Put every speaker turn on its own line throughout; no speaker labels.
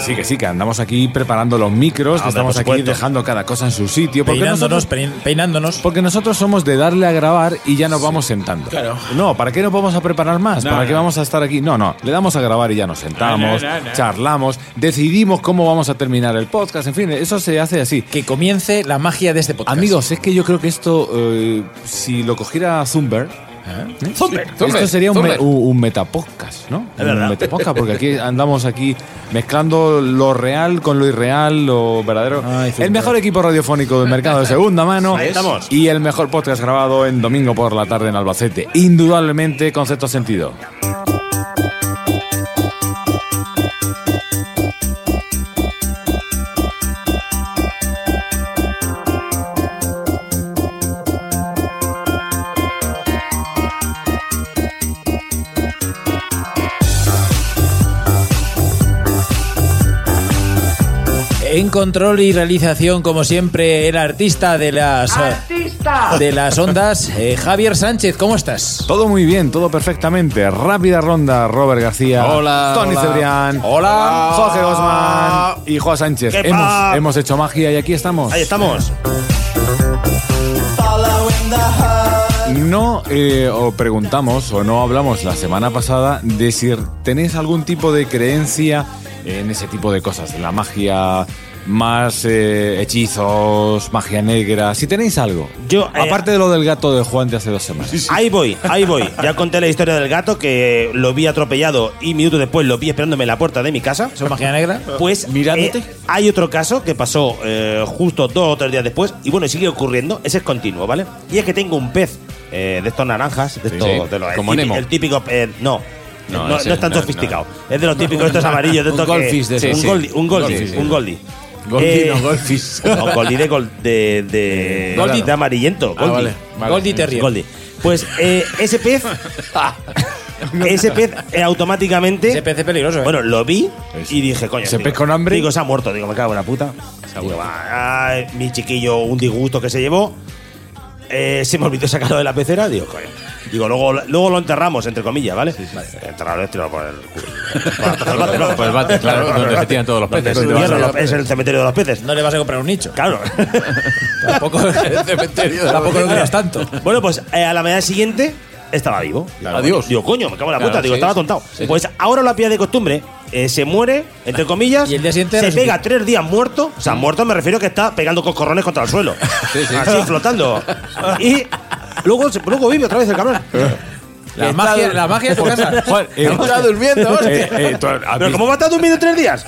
Sí, que sí, que andamos aquí preparando los micros, que
Ah, hombre,
estamos
por
aquí
supuesto.
dejando cada cosa en su sitio. Porque
Peinándonos,
nosotros,
pein- peinándonos.
porque nosotros somos de darle a grabar y ya nos vamos sentando.
claro.
No, ¿para qué nos vamos a preparar más?
No,
¿Para
no.
qué vamos a estar aquí? No, no, le damos a grabar y ya nos sentamos,
No, no, no, no.
charlamos, decidimos cómo vamos a terminar el podcast, en fin, eso se hace así.
Que comience la magia de este podcast.
Amigos, es que yo creo que esto, eh, si lo cogiera Zumber,
¿Eh?
esto sería un, me- un- un metapodcast, ¿no?
Es verdad.
Un metapodcast, porque aquí andamos aquí mezclando lo real con lo irreal, lo verdadero.
Ay, Zumba.
el mejor equipo radiofónico del mercado de segunda mano.
Ahí estamos.
Y el mejor podcast grabado en domingo por la tarde en Albacete. Indudablemente, concepto sentido.
En control y realización, como siempre, el artista de las, De las ondas, eh, Javier Sánchez, ¿cómo estás?
Todo muy bien, todo perfectamente. Rápida ronda, Robert García.
Hola,
Tony
hola.
Cebrián.
Hola.
Jorge Gosman. Y Juan Sánchez.
¿Qué
Hemos,
pa?
hemos hecho magia y aquí estamos.
Ahí estamos.
No eh, o preguntamos o no hablamos la semana pasada de si tenéis algún tipo de creencia en ese tipo de cosas, en la magia, más eh, hechizos, magia negra, si tenéis algo.
Yo, eh,
aparte de lo del gato de Juan de hace dos semanas.
Ahí voy, ahí voy. Ya conté la historia del gato que lo vi atropellado y minutos después lo vi esperándome en la puerta de mi casa.
¿Soy magia negra?
Pues
Mirándote.
eh, hay otro caso que pasó eh, justo dos o tres días después y bueno, sigue ocurriendo, ese es continuo, ¿vale? Y es que tengo un pez eh, de estos naranjas, de estos,
sí,
de los,
como
el típico,
Nemo.
el típico, eh, no. No,
No,
no
ese
es tan
no,
sofisticado. Es de los típicos estos amarillos. De
Un
estos que-
goldfish de esos.
Un
Sí, sí.
goldi- un goldie.
Goldfish, sí.
Un goldie.
Goldie,
Eh,
no, goldfish.
no, goldie de, gol- de, de,
Goldie.
de amarillento. Goldie.
Ah, vale, vale.
Goldie Terrier.
Goldie. Pues eh, ese pez. ese pez eh, automáticamente.
Ese pez es peligroso, ¿eh?
Bueno, lo vi y dije, coño.
¿Ese
digo,
pez con hambre?
Digo, se ha muerto. Digo, me cago en la puta. Digo, va, ay, mi chiquillo, un disgusto que se llevó. Eh, se me olvidó sacarlo de la pecera. Digo, coño. Digo, luego, luego lo enterramos, entre comillas, ¿vale? Enterrarlo es tirarlo por el culo.
Por el váter, claro, donde se tiran todos los peces.
Donde se
Donde
entierran
se-
los- Es el cementerio de los peces.
No le vas a comprar un nicho.
Claro.
Tampoco, tampoco lo creas tanto.
Bueno, pues eh, a la mañana siguiente estaba vivo.
Claro. Adiós.
Digo, coño, me cago en la
Claro,
puta. Digo,
sí,
estaba
sí,
tontado.
sí.
Pues ahora la pilla de costumbre. eh, se muere, entre comillas.
Y el día siguiente
se
resucita.
pega tres días muerto. O sea, muerto me refiero que está pegando coscorrones contra el suelo. Así, flotando. Y luego, se- luego vive otra vez el cabrón.
La magia, la magia de tu casa.
Juan, eh,
Está durmiendo, hostia.
eh, eh, tú has
Pero
visto-
¿cómo va a estar durmiendo tres días?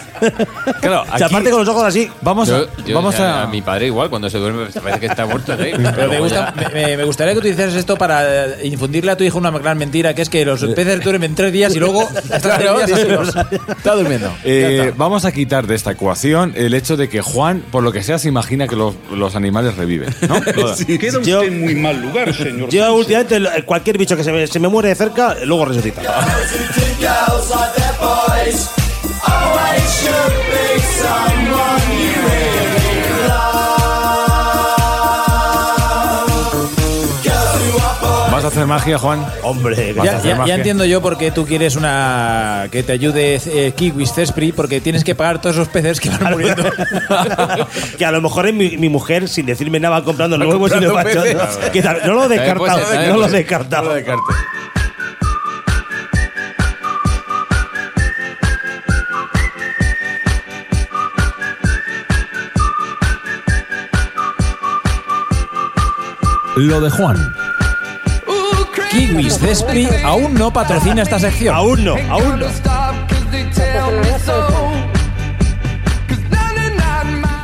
Claro,
O sea,
aquí-
aparte con los ojos así.
Vamos a.
Yo- yo,
vamos
o sea,
a,
mi padre igual, cuando se duerme, parece que está muerto. ¿eh?
Pero me,
Luego
gusta-
ya-
me- me gustaría que utilizaras esto para eh, infundirle a tu hijo una gran mentira, que es que los peces duermen tres días y luego están tres días así.
Está durmiendo. eh, vamos a quitar de esta ecuación el hecho de que Juan, por lo que sea, se imagina que los, los animales reviven, ¿no?
Queda
Yo-
usted en muy mal lugar, señor.
Yo últimamente lo- cualquier bicho que se me, se me muere de cerca, luego resucita.
¿Vas a hacer magia, Juan?
Hombre, que
Vas a
Ya,
ya-
hacer
ya- ya
magia.
entiendo yo por qué tú quieres una que te ayude eh, Kiwis Cespri, porque tienes que pagar todos esos peces que van muriendo.
que a lo mejor es mi, mi mujer, sin decirme nada, va comprando los huevos y los
comprando peces.
pachos. Que tal- No lo he
También puede
descartado,
ser, también
no lo he
puede ser.
descartado.
Lo de Juan.
Kiwis Cespri aún no patrocina esta sección.
Aún no, aún no.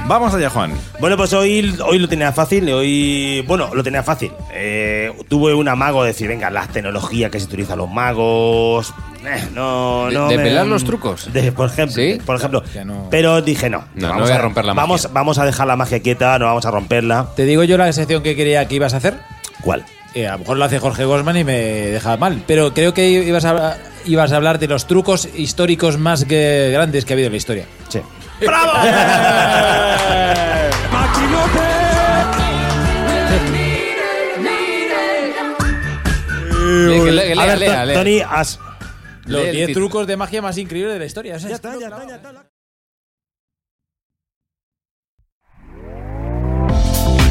Vamos allá, Juan.
Bueno, pues hoy, hoy lo tenía fácil. Hoy, bueno, lo tenía fácil. Eh, tuve un amago de decir, venga, las tecnologías que se utilizan los magos. eh, no,
De-
no.
de
me-
pelar los trucos.
de- por ejemplo.
¿Sí?
Por ejemplo.
Ya no-
Pero dije, no.
No, no voy a romper la magia.
Vamos, vamos a dejar la magia quieta, no vamos a romperla.
Te digo yo la sección que quería que ibas a hacer.
¿Cuál?
Eh, a lo mejor lo hace Jorge Gosman y me deja mal, pero creo que ibas a, ibas a hablar de los trucos históricos más que- grandes que ha habido en la historia.
Sí.
Le- que le- que
A
lea,
ver,
lea,
Ton-
lea.
Tony, has.
Los
Lee el
10
título.
trucos de magia más increíbles de la historia. O sea, es-